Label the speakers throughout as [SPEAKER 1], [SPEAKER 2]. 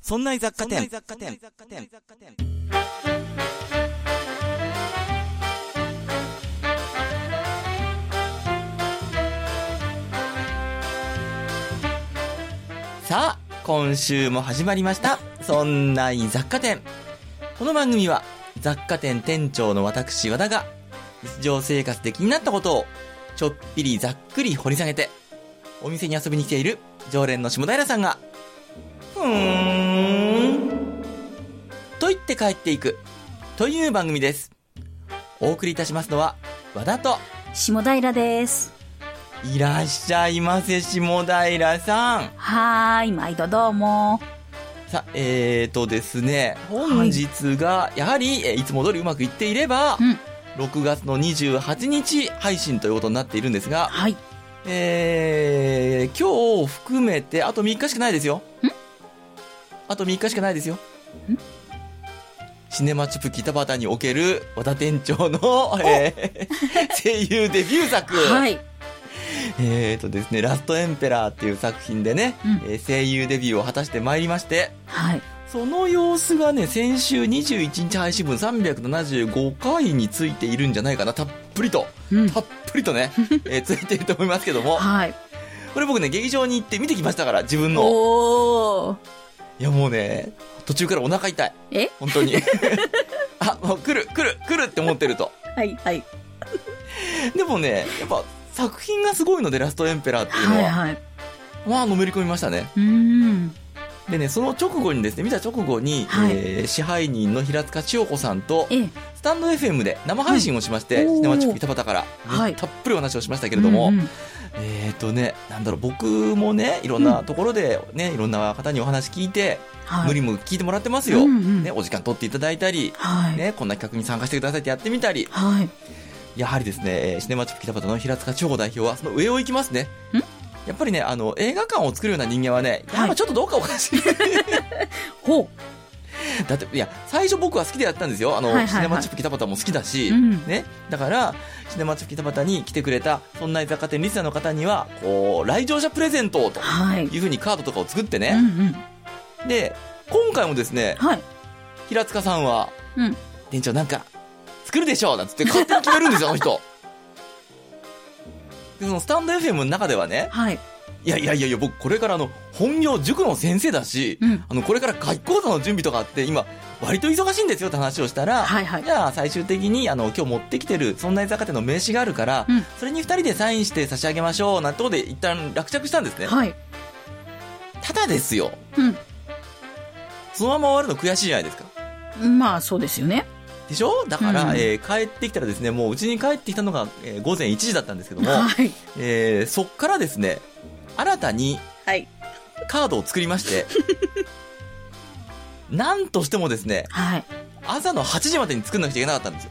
[SPEAKER 1] そんな雑貨店。さあ、今週も始まりました。そんな雑貨店。この番組は雑貨店店長の私和田が日常生活で気になったことをちょっぴりざっくり掘り下げてお店に遊びに来ている常連の下平さんがふーんと言って帰っていくという番組ですお送りいたしますのは和田と
[SPEAKER 2] 下平です。
[SPEAKER 1] いらっしゃいませ下平さん
[SPEAKER 2] はーい、毎度どうも。
[SPEAKER 1] さあえーとですね本日がやはり、えーいつも通りうまくいっていれば、
[SPEAKER 2] うん
[SPEAKER 1] 6月の28日配信ということになっているんですが、
[SPEAKER 2] はい。
[SPEAKER 1] えー、今日を含めてあと3日しかないですよ。あと3日しかないですよ。シネマチュプ北畑における和田店長の、えー声優デビュー作。
[SPEAKER 2] はい。
[SPEAKER 1] えーとですね、ラストエンペラーっていう作品でね、
[SPEAKER 2] うん
[SPEAKER 1] えー声優デビューを果たしてまいりまして、
[SPEAKER 2] はい。
[SPEAKER 1] その様子がね、先週21日配信分375回についているんじゃないかな、たっぷりと。
[SPEAKER 2] うん
[SPEAKER 1] た。っぷりと ね、えーついていると思いますけども、
[SPEAKER 2] はい。
[SPEAKER 1] これ僕ね、劇場に行って見てきましたから、自分の。
[SPEAKER 2] おー。
[SPEAKER 1] いやもうね、途中からお腹痛い。
[SPEAKER 2] え
[SPEAKER 1] 本当 に。あ、もう来る、来る、来るって思ってると。
[SPEAKER 2] はい、はい。
[SPEAKER 1] でもね、やっぱ作品がすごいので、ラストエンペラーっていうの
[SPEAKER 2] はい、
[SPEAKER 1] は。
[SPEAKER 2] はい。
[SPEAKER 1] まあ、のめり込みましたね。
[SPEAKER 2] うーん。
[SPEAKER 1] でね、その直後にですね、見た直後に、
[SPEAKER 2] はい
[SPEAKER 1] えー支配人の平塚千代子さんと、
[SPEAKER 2] ええ。
[SPEAKER 1] スタンド FM で生配信をしまして、
[SPEAKER 2] うん
[SPEAKER 1] シネマチック板端から、
[SPEAKER 2] はい
[SPEAKER 1] たっぷりお話をしましたけ
[SPEAKER 2] け
[SPEAKER 1] れども、えっ、とね、なんだろう、僕もね、いろんなところでね、いろんな方にお話聞いて、
[SPEAKER 2] はい。
[SPEAKER 1] 無理も聞いてもらってますよ。
[SPEAKER 2] うんうん
[SPEAKER 1] ね、お時間取っていただいたり、
[SPEAKER 2] はい。
[SPEAKER 1] ね、こんな企画に参加してくださいってやってみたり、
[SPEAKER 2] はい。
[SPEAKER 1] やはりですね、えーシネマチック北畑の平塚地方代表は、その上を行きますね
[SPEAKER 2] ん。
[SPEAKER 1] やっぱりね、あの、映画館を作るような人間はね、
[SPEAKER 2] はい
[SPEAKER 1] やっぱちょっとどうかおかしい。
[SPEAKER 2] ほ
[SPEAKER 1] だって、いや、最初僕は好きでやったんですよ。あの、
[SPEAKER 2] はいはいはい
[SPEAKER 1] シネマチック北畑も好きだし、
[SPEAKER 2] うん
[SPEAKER 1] ね。だから、シネマチック北畑に来てくれた、そんな雑貨店リスナーの方には、こう、来場者プレゼントをと
[SPEAKER 2] う。はい。
[SPEAKER 1] いうふうにカードとかを作って
[SPEAKER 2] うん
[SPEAKER 1] ね。
[SPEAKER 2] うん。
[SPEAKER 1] で、今回もですね、
[SPEAKER 2] はい。
[SPEAKER 1] 平塚さんは、
[SPEAKER 2] うん。
[SPEAKER 1] 店長なんか、作るでしょうなんつって勝手に決めるんですよ、あの人。 で、そのスタンド FM の中ではね、
[SPEAKER 2] はい。
[SPEAKER 1] いやいやいやいや、僕これからあの、本業塾の先生だし、
[SPEAKER 2] うん。
[SPEAKER 1] あの、これから外講座の準備とかあって、今、割と忙しいんですよって話をしたら、
[SPEAKER 2] はいはい
[SPEAKER 1] じゃあ最終的に、あの、今日持ってきてる、そんな居酒店の名刺があるから、
[SPEAKER 2] うん
[SPEAKER 1] それに二人でサインして差し上げましょう、なんてことで一旦落着したんですね。
[SPEAKER 2] はい。
[SPEAKER 1] ただですよ、そのまま終わるの悔しいじゃないですか。
[SPEAKER 2] うん。まあ、そうですよね。
[SPEAKER 1] でしょだから、
[SPEAKER 2] うん
[SPEAKER 1] えー帰ってきたらですね、もううちに帰ってきたのが、えー午前1時だったんですけども、
[SPEAKER 2] はい。
[SPEAKER 1] えーそっからですね、新たに
[SPEAKER 2] はい。
[SPEAKER 1] カードを作りまして、 なんとしてもですね、
[SPEAKER 2] はい。
[SPEAKER 1] 朝の8時までに作んなくちゃいけなかったんですよ。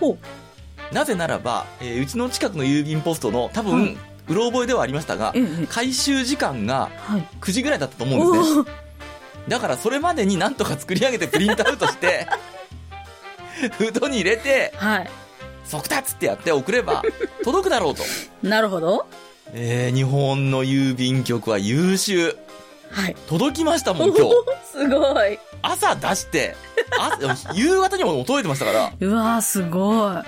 [SPEAKER 2] ほう。
[SPEAKER 1] なぜならば、えーうちの近くの郵便ポストの多分、
[SPEAKER 2] う
[SPEAKER 1] うんろ覚えではありましたが
[SPEAKER 2] え、え。
[SPEAKER 1] 回収時間が
[SPEAKER 2] はい。
[SPEAKER 1] 9時ぐらいだったと思うんですね。
[SPEAKER 2] おー。
[SPEAKER 1] だからそれまでになんとか作り上げてプリントアウト して、封筒に入れて、
[SPEAKER 2] はい。
[SPEAKER 1] 速達ってやって送れば 届くだろうと。
[SPEAKER 2] なるほど。
[SPEAKER 1] えー、日本の郵便局は優秀。
[SPEAKER 2] はい。
[SPEAKER 1] 届きましたも
[SPEAKER 2] お
[SPEAKER 1] ん、今日。
[SPEAKER 2] ー すごい。
[SPEAKER 1] 朝出して、朝、夕方にはもう届いてましたから。
[SPEAKER 2] うわー、すごい。
[SPEAKER 1] だ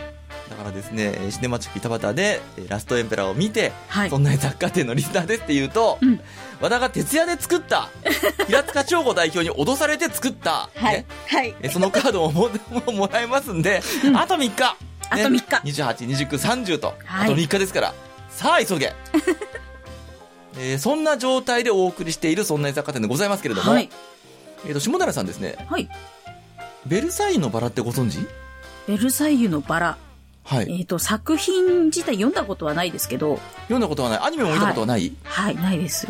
[SPEAKER 1] からですね、えーシネマチック板端で、えーラストエンペラーを見て、
[SPEAKER 2] はい
[SPEAKER 1] そ。んな雑貨店のリスナーですって言うと、
[SPEAKER 2] うん
[SPEAKER 1] 和田が徹夜で作った、平塚長吾代表に脅されて作った、
[SPEAKER 2] はい
[SPEAKER 1] ね。
[SPEAKER 2] はい。
[SPEAKER 1] えーそのカードをもも もらえますんで、あと3日、
[SPEAKER 2] あと3日。
[SPEAKER 1] 28、29、30と、
[SPEAKER 2] は
[SPEAKER 1] あ
[SPEAKER 2] い
[SPEAKER 1] と3日ですから、さあ急げ えーそんな状態でお送りしているそんな雑貨店でございますけれども、
[SPEAKER 2] はい。
[SPEAKER 1] えーと下平さんですね、
[SPEAKER 2] はい。
[SPEAKER 1] ベルサイユのバラってご存知
[SPEAKER 2] ベルサイユのバラ。
[SPEAKER 1] はい。
[SPEAKER 2] えっ、と、作品自体読んだことはないですけど、
[SPEAKER 1] 読んだことはない。アニメも見たことはない、
[SPEAKER 2] はい、ないです。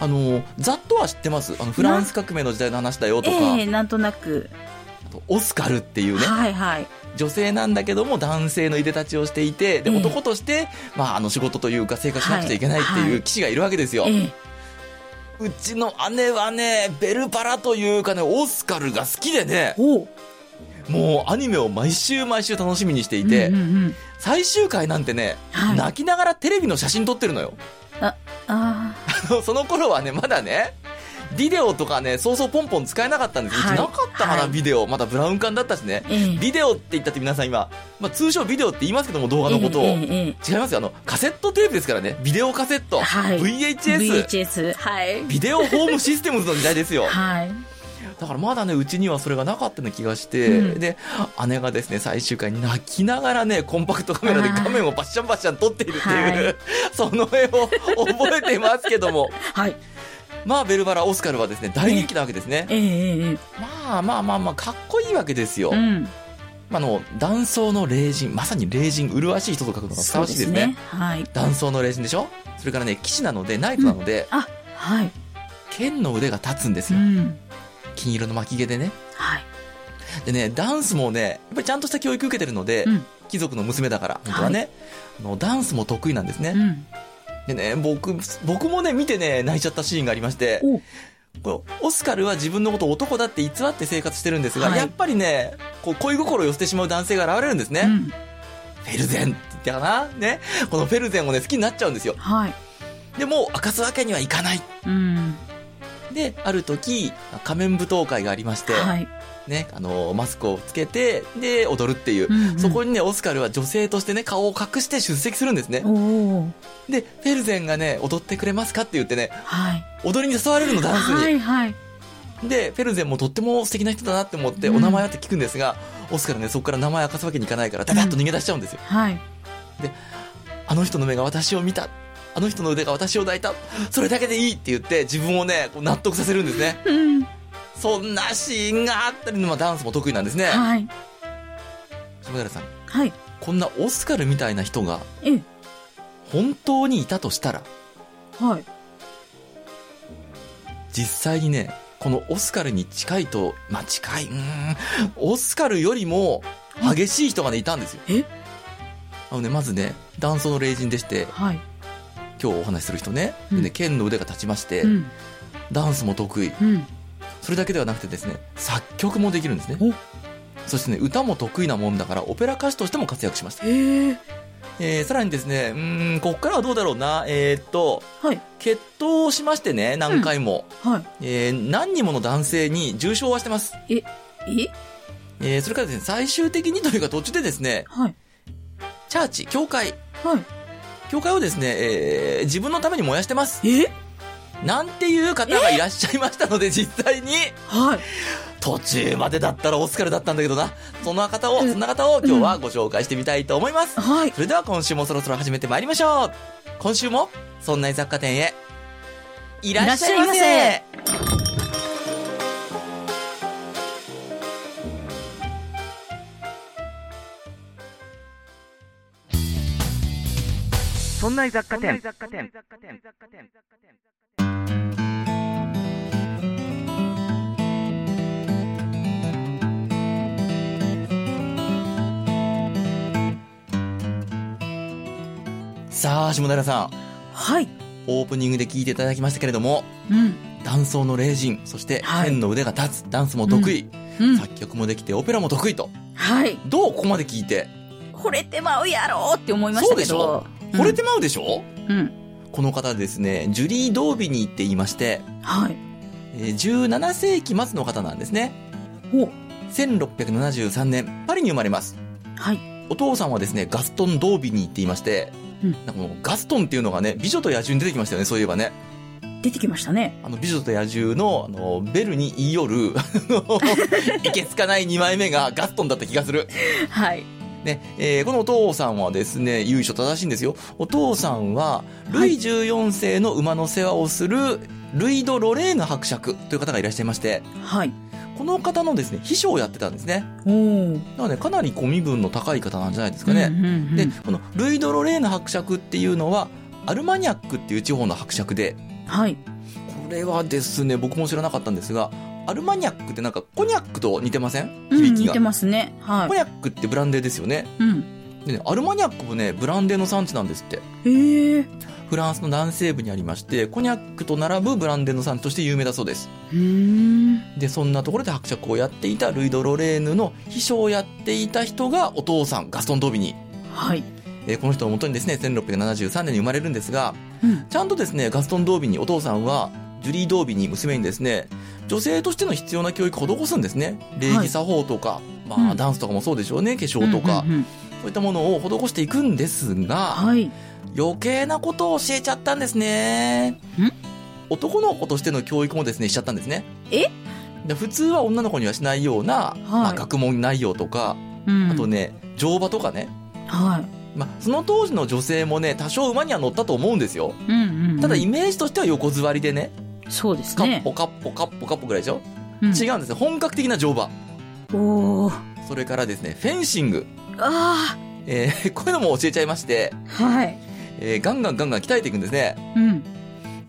[SPEAKER 1] あのー、ざっとは知ってます。あの、フランス革命の時代の話だよと
[SPEAKER 2] え
[SPEAKER 1] か、
[SPEAKER 2] えなんとなく。
[SPEAKER 1] あとオスカルっていうね、
[SPEAKER 2] はいはい。
[SPEAKER 1] 女性なんだけども男性のいでたちをしていて、で、
[SPEAKER 2] ええ
[SPEAKER 1] 男として、まあ、あの仕事というか生活しなくちゃいけないって
[SPEAKER 2] はい
[SPEAKER 1] い
[SPEAKER 2] は
[SPEAKER 1] う
[SPEAKER 2] い
[SPEAKER 1] 騎士がいるわけですよ。
[SPEAKER 2] ええ
[SPEAKER 1] うちの姉はね、ベルパラというかね、オスカルが好きでね、
[SPEAKER 2] おう。
[SPEAKER 1] もうアニメを毎週毎週楽しみにしていて、
[SPEAKER 2] うんうんうん、
[SPEAKER 1] 最終回なんてね、
[SPEAKER 2] はい
[SPEAKER 1] 泣きな がらテレビの写真撮ってるのよ。
[SPEAKER 2] ああ
[SPEAKER 1] その頃はね、まだね、ビデオとかね、そうそうポンポン使えなかったんです。
[SPEAKER 2] は
[SPEAKER 1] う
[SPEAKER 2] い
[SPEAKER 1] ちなかったかな、
[SPEAKER 2] はい
[SPEAKER 1] ビデオ。まだブラウン管だったしね。
[SPEAKER 2] ええ
[SPEAKER 1] ビデオって言ったって皆さん今、まあ、通称ビデオって言いますけども、動画のことを。
[SPEAKER 2] えええ
[SPEAKER 1] 違いますよ。あの、カセットテープですからね。ビデオカセット。
[SPEAKER 2] はい
[SPEAKER 1] VHS。
[SPEAKER 2] VHS。はい。
[SPEAKER 1] ビデオホームシステムズの時代ですよ。
[SPEAKER 2] はい。
[SPEAKER 1] だからまだね、うちにはそれがなかったような気がして、
[SPEAKER 2] うん
[SPEAKER 1] で、姉がですね、最終回に泣きながらね、コンパクトカメラで画面をバッシャンバッシャン撮っているっていう、
[SPEAKER 2] は
[SPEAKER 1] その絵を 覚えてますけども、
[SPEAKER 2] はい。
[SPEAKER 1] まあ、ベルバラ・オスカルはですね、大人気なわけですね。
[SPEAKER 2] ええええ
[SPEAKER 1] まあまあまあまあ、かっこいいわけですよ。
[SPEAKER 2] うん。
[SPEAKER 1] まああの、男装の霊人、まさに霊人、麗しい人と書くのがふさ
[SPEAKER 2] そう
[SPEAKER 1] わ
[SPEAKER 2] で
[SPEAKER 1] しいですすね
[SPEAKER 2] ね。。はい。
[SPEAKER 1] 男装の霊人でしょそれからね、騎士なので、ナイトなので、
[SPEAKER 2] あ、はい。
[SPEAKER 1] 剣の腕が立つんです
[SPEAKER 2] う
[SPEAKER 1] よ。
[SPEAKER 2] ん。
[SPEAKER 1] 金色の巻き毛でね。
[SPEAKER 2] はい。
[SPEAKER 1] でね、ダンスもね、やっぱりちゃんとした教育受けてるので、
[SPEAKER 2] うん
[SPEAKER 1] 貴族の娘だから、本当はね、あのダンスも得意なんですね。
[SPEAKER 2] うん。
[SPEAKER 1] でね、僕、僕もね、見てね、泣いちゃったシーンがありまして、
[SPEAKER 2] お
[SPEAKER 1] こうオスカルは自分のことを男だって偽って生活してるんですが、
[SPEAKER 2] はい
[SPEAKER 1] やっぱりね、こう恋心を寄せてしまう男性が現れるんですね。
[SPEAKER 2] うん。
[SPEAKER 1] フェルゼンって言ったかなね。このフェルゼンをね、好きになっちゃうんですよ。
[SPEAKER 2] はい。
[SPEAKER 1] でも、明かすわけにはいかない。
[SPEAKER 2] うん。
[SPEAKER 1] で、ある時、仮面舞踏会がありまして、
[SPEAKER 2] はい。
[SPEAKER 1] ね、あの、マスクをつけて、で、踊るっていう。
[SPEAKER 2] うんうん
[SPEAKER 1] そこにね、オスカルは女性としてね、顔を隠して出席するんですね。
[SPEAKER 2] おお。
[SPEAKER 1] で、フェルゼンがね、踊ってくれますかって言ってね、
[SPEAKER 2] はい。
[SPEAKER 1] 踊りに誘われるの、ダンスに。
[SPEAKER 2] はいはい。
[SPEAKER 1] で、フェルゼンもとっても素敵な人だなって思って、
[SPEAKER 2] うん
[SPEAKER 1] お名前だって聞くんですが、オスカルね、そこから名前明かすわけにいかないから、ダダッと逃げ出しちゃうんですよ。
[SPEAKER 2] はい。
[SPEAKER 1] あの人の目が私を見た。あの人の腕が私を抱いた。それだけでいいって言って、自分をね、こう納得させるんですね。
[SPEAKER 2] うん。
[SPEAKER 1] そんなシーンがあったりの、まあ、ダンスも得意なんですね。
[SPEAKER 2] はい。
[SPEAKER 1] 下平さん、
[SPEAKER 2] はい。
[SPEAKER 1] こんなオスカルみたいな人が、
[SPEAKER 2] ええ。
[SPEAKER 1] 本当にいたとしたら、
[SPEAKER 2] はい。
[SPEAKER 1] 実際にね、このオスカルに近いと、まあ、近い、うーん、オスカルよりも激しい人がね、いたんですよ。
[SPEAKER 2] え
[SPEAKER 1] あのね、まずね、男装の霊人でして、
[SPEAKER 2] はい。
[SPEAKER 1] 今日お話しする人ね、
[SPEAKER 2] うん
[SPEAKER 1] でね剣の腕が立ちまして、
[SPEAKER 2] うん。
[SPEAKER 1] ダンスも得意。
[SPEAKER 2] うん。
[SPEAKER 1] それだけではなくてですね、作曲もできるんですね
[SPEAKER 2] お。
[SPEAKER 1] そしてね、歌も得意なもんだから、オペラ歌手としても活躍しました。
[SPEAKER 2] へえ。
[SPEAKER 1] えー、さらにですね、うーん、こっからはどうだろうな、えー、っと、
[SPEAKER 2] はい。
[SPEAKER 1] 決闘をしましてね、何回も、
[SPEAKER 2] は
[SPEAKER 1] えー何人もの男性に重傷はしてます。
[SPEAKER 2] い。え
[SPEAKER 1] えーそれからですね、最終的にというか途中でですね、
[SPEAKER 2] はい。
[SPEAKER 1] チャーチ、教会、
[SPEAKER 2] はい。
[SPEAKER 1] 教会をですね、えー自分のために燃やしてます。
[SPEAKER 2] え
[SPEAKER 1] なんていう方がいらっしゃいましたので、実際に、
[SPEAKER 2] はい。
[SPEAKER 1] 途中までだったらオスカルだったんだけどな、その方を、そんな方を今日はご紹介してみたいと思います。
[SPEAKER 2] はい。
[SPEAKER 1] それでは今週もそろそろ始めてまいりましょう。今週も、そんな雑貨店へ、いらっしゃいませ。
[SPEAKER 2] いらっしゃい
[SPEAKER 1] そんな雑貨店。さあ、下平さん、
[SPEAKER 2] はい。
[SPEAKER 1] オープニングで聞いていただきましたけれども、
[SPEAKER 2] うん。
[SPEAKER 1] 男装の霊人、そして
[SPEAKER 2] はい
[SPEAKER 1] 剣の腕が立つ、ダンスも得意、
[SPEAKER 2] うん。
[SPEAKER 1] 作曲もできて、オペラも得意と。
[SPEAKER 2] はい。
[SPEAKER 1] どうここまで聞いて。
[SPEAKER 2] 惚れてまうやろうって思いましたけど。
[SPEAKER 1] 惚れてまうでしょ、
[SPEAKER 2] うん。
[SPEAKER 1] この方ですね、ジュリー・ドービニーって言いまして、
[SPEAKER 2] はい。
[SPEAKER 1] えー17世紀末の方なんですね。
[SPEAKER 2] お。
[SPEAKER 1] 1673年、パリに生まれます。
[SPEAKER 2] はい。
[SPEAKER 1] お父さんはですね、ガストン・ドービニーって言いまして、
[SPEAKER 2] うん
[SPEAKER 1] なんかこのガストンっていうのがね、美女と野獣に出てきましたよね、そういえばね。
[SPEAKER 2] 出てきましたね。
[SPEAKER 1] あの、美女と野獣の、あの、ベルに言い寄る、あ のいけつかない2枚目がガストンだった気がする。
[SPEAKER 2] はい。
[SPEAKER 1] ね、えーこのお父さんはですね、由緒正しいんですよ。お父さんは、
[SPEAKER 2] は
[SPEAKER 1] ル
[SPEAKER 2] い
[SPEAKER 1] イ14世の馬の世話をする、ルイド・ロレーヌ伯爵という方がいらっしゃいまして、
[SPEAKER 2] はい。
[SPEAKER 1] この方のですね、秘書をやってたんですね。
[SPEAKER 2] おお。
[SPEAKER 1] なので、かなりこう身分の高い方なんじゃないですかね。
[SPEAKER 2] ね
[SPEAKER 1] で、このルイド・ロレーヌ伯爵っていうのは、アルマニャックっていう地方の伯爵で、
[SPEAKER 2] はい。
[SPEAKER 1] これはですね、僕も知らなかったんですが、アルマニャックってなんかコニャックと似てません
[SPEAKER 2] う
[SPEAKER 1] 響
[SPEAKER 2] ん、
[SPEAKER 1] き
[SPEAKER 2] 似
[SPEAKER 1] が。
[SPEAKER 2] てますね。は
[SPEAKER 1] コニャックってブランデーですよね。
[SPEAKER 2] い。うん。
[SPEAKER 1] でね、アルマニャックもね、ブランデーの産地なんですって。
[SPEAKER 2] へえ。
[SPEAKER 1] フランスの南西部にありまして、コニャックと並ぶブランデーの産地として有名だそうです。
[SPEAKER 2] うん。
[SPEAKER 1] で、そんなところで伯爵をやっていたルイド・ロレーヌの秘書をやっていた人がお父さん、ガストン・ドビニー。
[SPEAKER 2] はい。
[SPEAKER 1] えーこの人のもとにですね、1673年に生まれるんですが、
[SPEAKER 2] うん。
[SPEAKER 1] ちゃんとですね、ガストン・ドービニーお父さんは、ジュリー・ドービーに娘にですね、女性としての必要な教育を施すんですね。礼儀作法とか、まあ、
[SPEAKER 2] うん
[SPEAKER 1] ダンスとかもそうでしょうね、化粧とか、
[SPEAKER 2] うんうんうん
[SPEAKER 1] そういったものを施していくんですが、
[SPEAKER 2] はい。
[SPEAKER 1] 余計なことを教えちゃったんですね。男の子としての教育もですね、しちゃったんですね。
[SPEAKER 2] え
[SPEAKER 1] で普通は女の子にはしないような、まあ、学問内容とか、
[SPEAKER 2] うん
[SPEAKER 1] あとね、乗馬とかね。
[SPEAKER 2] は
[SPEAKER 1] まあ、その当時の女性もね、多少馬には乗ったと思うんですよ。
[SPEAKER 2] い。うんうんうん
[SPEAKER 1] ただイメージとしては横座りでね、
[SPEAKER 2] そうです
[SPEAKER 1] カッ
[SPEAKER 2] ね。
[SPEAKER 1] ポカッポカッポカッポぐらいでしょ、
[SPEAKER 2] うん
[SPEAKER 1] 違うんですよ。本格的な乗馬。
[SPEAKER 2] おー
[SPEAKER 1] それからですね、フェンシング。
[SPEAKER 2] あ
[SPEAKER 1] えー こういうのも教えちゃいまして、
[SPEAKER 2] あはい。
[SPEAKER 1] えーガンガンガンガン鍛えていくんですね。
[SPEAKER 2] うん。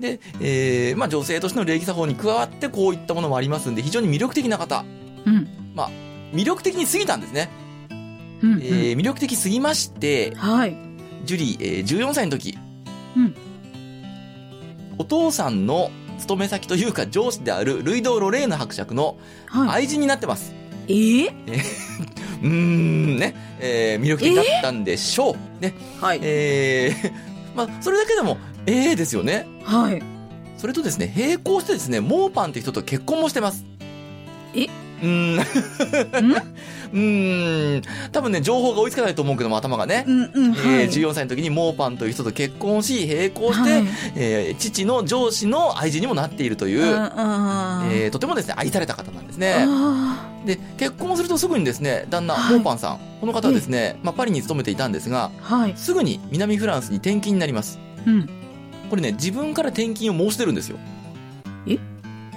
[SPEAKER 1] で、えーまあ、女性としての礼儀作法に加わってこういったものもありますんで非常に魅力的な方
[SPEAKER 2] うん。
[SPEAKER 1] 魅力的に過ぎたんですね、
[SPEAKER 2] うんう
[SPEAKER 1] え
[SPEAKER 2] ん。
[SPEAKER 1] ー魅力的すぎまして
[SPEAKER 2] はい。
[SPEAKER 1] ジュリー、えー14歳の時、
[SPEAKER 2] うん
[SPEAKER 1] お父さんの勤め先というか上司であるルイド・ロレーヌ伯爵の
[SPEAKER 2] はい。
[SPEAKER 1] 愛人になってます、
[SPEAKER 2] えー
[SPEAKER 1] うーんね、えー魅力的だったんでしょう、ね
[SPEAKER 2] はい。
[SPEAKER 1] えー まあ、それだけでもええー、ですよね
[SPEAKER 2] はい。
[SPEAKER 1] それとですね、並行してですね、モーパンって人と結婚もしてます。
[SPEAKER 2] え
[SPEAKER 1] うーん。うーん。多分ね、情報が追いつかないと思うけども、頭がね。
[SPEAKER 2] うんうん。
[SPEAKER 1] え
[SPEAKER 2] は
[SPEAKER 1] ー
[SPEAKER 2] い。
[SPEAKER 1] 14歳の時にモーパンという人と結婚し、並行して、
[SPEAKER 2] はい
[SPEAKER 1] えー父の上司の愛人にもなっているという、
[SPEAKER 2] あー
[SPEAKER 1] えーとてもですね、愛された方なんですね。
[SPEAKER 2] あ
[SPEAKER 1] で、結婚するとすぐにですね、旦那、
[SPEAKER 2] はい
[SPEAKER 1] モーパンさん、この方はですね、まあ、パリに勤めていたんですが、
[SPEAKER 2] ーはい。
[SPEAKER 1] すぐに南フランスに転勤になります。
[SPEAKER 2] うん。
[SPEAKER 1] これね、自分から転勤を申してるんですよ。
[SPEAKER 2] え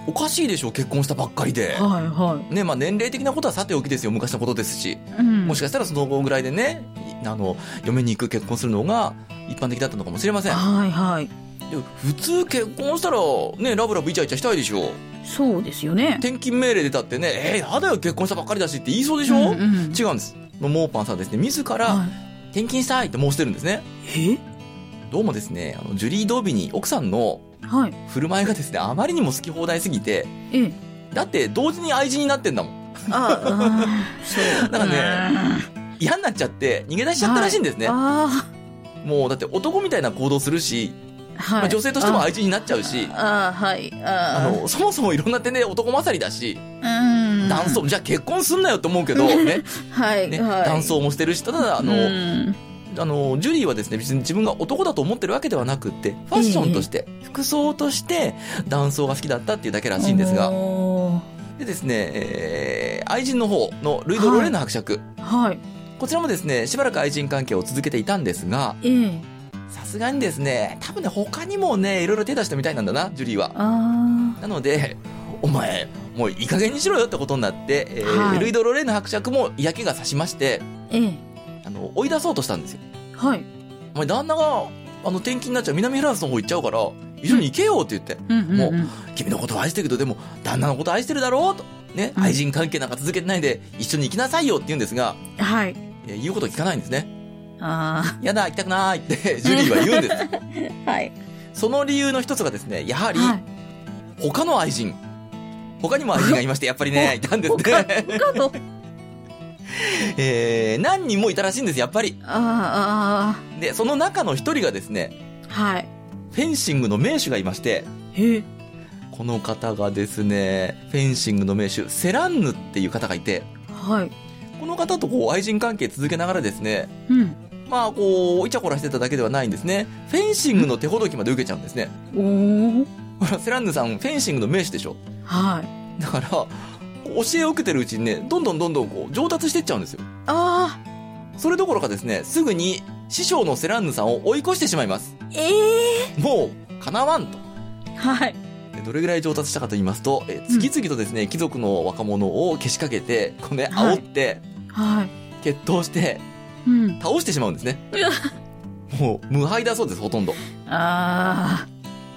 [SPEAKER 1] おかしいでしょ、結婚したばっかりで。
[SPEAKER 2] はいは
[SPEAKER 1] ね、まあ年齢的なことはさておきですよ、昔のことですし。
[SPEAKER 2] い。うん。
[SPEAKER 1] もしかしたらその後ぐらいでね、いあの、嫁に行く結婚するのが一般的だったのかもしれません。
[SPEAKER 2] はいはい。
[SPEAKER 1] でも普通結婚したら、ね、ラブラブイチャイチャしたいでしょ。
[SPEAKER 2] そうですよね。
[SPEAKER 1] 転勤命令出たってね、えー、やだよ、結婚したばっかりだしって言いそうでしょ、
[SPEAKER 2] うんうん
[SPEAKER 1] 違うんです。モーパンさんはですね、自ら
[SPEAKER 2] は
[SPEAKER 1] 転勤したいって申してるんですね。
[SPEAKER 2] い
[SPEAKER 1] どうもですね、あのジュリー・ドービーに奥さんの
[SPEAKER 2] えはい。
[SPEAKER 1] 振る舞いがですね、あまりにも好き放題すぎて、
[SPEAKER 2] ええ。
[SPEAKER 1] だって同時に愛人になってんだもん。
[SPEAKER 2] ああー、そう。
[SPEAKER 1] だから
[SPEAKER 2] ね、
[SPEAKER 1] 嫌になっちゃって逃げ出しちゃったらしいんですね。
[SPEAKER 2] あ
[SPEAKER 1] もうだって男みたいな行動するし、
[SPEAKER 2] あ、はい。
[SPEAKER 1] まあ女性としても愛人になっちゃうし、
[SPEAKER 2] ああ、はい。
[SPEAKER 1] あ
[SPEAKER 2] あ
[SPEAKER 1] の、そもそもいろんな点で男勝りだし、
[SPEAKER 2] あ、うん。
[SPEAKER 1] 男装、じゃあ結婚すんなよって思うけど、ね、
[SPEAKER 2] はい、
[SPEAKER 1] ね、
[SPEAKER 2] はい。
[SPEAKER 1] 男装もしてるし、ただ、あの、
[SPEAKER 2] うん
[SPEAKER 1] あの、ジュリーはですね、別に自分が男だと思ってるわけではなくって、ファッションとして、服装として、男装が好きだったっていうだけらしいんですが、
[SPEAKER 2] お
[SPEAKER 1] でですね、えー愛人の方のルイド・ロレーナ伯爵、
[SPEAKER 2] ーはい。
[SPEAKER 1] こちらもですね、しばらく愛人関係を続けていたんですが、
[SPEAKER 2] ええ。
[SPEAKER 1] さすがにですね、多分ね、他にもね、いろいろ手出したみたいなんだな、ジュリーは。
[SPEAKER 2] あ
[SPEAKER 1] なので、お前、もういい加減にしろよってことになって、えー
[SPEAKER 2] はい
[SPEAKER 1] ルイド・ロレーヌ伯爵も嫌気がさしまして、
[SPEAKER 2] あ、ええ。
[SPEAKER 1] あの、追い出そうとしたんですよ。
[SPEAKER 2] はい。
[SPEAKER 1] お前、旦那が、あの、転勤になっちゃう南フランスの方行っちゃうから、一緒に行けよって言って、
[SPEAKER 2] うんうん、うん。
[SPEAKER 1] も君のことを愛してるけど、でも、旦那のこと愛してるだろうと。ね、
[SPEAKER 2] うん
[SPEAKER 1] 愛人関係なんか続けてないで、一緒に行きなさいよって言うんですが、
[SPEAKER 2] はい。
[SPEAKER 1] えー言うこと聞かないんですね。
[SPEAKER 2] あ
[SPEAKER 1] やだ、行きたくないって、 ジュリーは言うんです。
[SPEAKER 2] あ、はい。
[SPEAKER 1] その理由の一つがですね、やはり、
[SPEAKER 2] はい。
[SPEAKER 1] 他の愛人。他にも愛人がいまして、やっぱりね、いたんです
[SPEAKER 2] 他
[SPEAKER 1] ね。
[SPEAKER 2] 他と、
[SPEAKER 1] えー、何人もいたらしいんです、やっぱり。
[SPEAKER 2] ああ
[SPEAKER 1] で、その中の一人がですね、
[SPEAKER 2] ああ、はい。
[SPEAKER 1] フェンシングの名手がいまして、
[SPEAKER 2] ええ。
[SPEAKER 1] この方がですね、フェンシングの名手、セランヌっていう方がいて、
[SPEAKER 2] はい。
[SPEAKER 1] この方とこう愛人関係続けながらですね、
[SPEAKER 2] うん。
[SPEAKER 1] まあこう、イチャコラしてただけではないんですね。フェンシングの手ほどきまで受けちゃうんですね。
[SPEAKER 2] おお。
[SPEAKER 1] ほら、セランヌさん、フェンシングの名手でしょ。
[SPEAKER 2] はい。
[SPEAKER 1] だから、教えを受けてるうちにね、どんどんどんどんこう上達していっちゃうんですよ。
[SPEAKER 2] あ
[SPEAKER 1] それどころかですね、すぐに師匠のセランヌさんを追い越してしまいます。
[SPEAKER 2] あ、ええ。
[SPEAKER 1] もう、かなわんと。
[SPEAKER 2] はい。
[SPEAKER 1] でどれぐらい上達したかと言いますと、え
[SPEAKER 2] うん
[SPEAKER 1] 次々とですね、貴族の若者をけしかけて、こうね、
[SPEAKER 2] はい
[SPEAKER 1] 煽って、
[SPEAKER 2] はい。
[SPEAKER 1] 決闘して、
[SPEAKER 2] うん。
[SPEAKER 1] 倒してしまうんですね。もう、無敗だそうです、ほとんど。
[SPEAKER 2] あ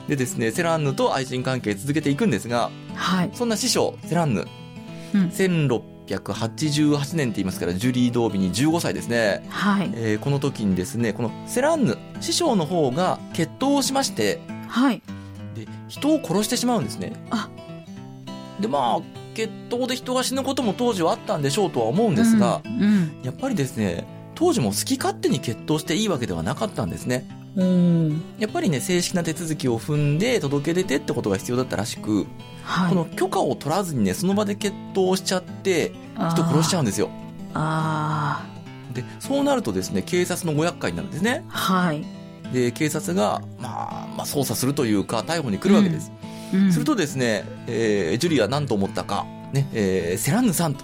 [SPEAKER 1] でですね、セランヌと愛人関係続けていくんですが、
[SPEAKER 2] あ、はい。
[SPEAKER 1] そんな師匠、セランヌ、
[SPEAKER 2] うん
[SPEAKER 1] 1688年って言いますから、ジュリー・ドービーに15歳ですね。
[SPEAKER 2] はい。
[SPEAKER 1] えーこの時にですね、このセランヌ、師匠の方が決闘をしまして、
[SPEAKER 2] はい。
[SPEAKER 1] で、人を殺してしまうんですね。
[SPEAKER 2] あ
[SPEAKER 1] で、まあ、決闘で人が死ぬことも当時はあったんでしょうとは思うんですが
[SPEAKER 2] う、ん。
[SPEAKER 1] やっぱりですね、当時も好き勝手に決闘していいわけではなかったんですね。
[SPEAKER 2] うんうん。
[SPEAKER 1] やっぱりね、正式な手続きを踏んで届け出てってことが必要だったらしく、
[SPEAKER 2] はい。
[SPEAKER 1] この許可を取らずにね、その場で決闘しちゃって、人殺しちゃうんですよ。
[SPEAKER 2] あ
[SPEAKER 1] で、そうなるとですね、警察のご厄介になるんですね
[SPEAKER 2] ー。あー。はい。
[SPEAKER 1] で、警察が、まあ、まあ、捜査するというか、逮捕に来るわけです。
[SPEAKER 2] うん
[SPEAKER 1] するとですね、えージュリーは何と思ったか、ね、えーセランヌさんと、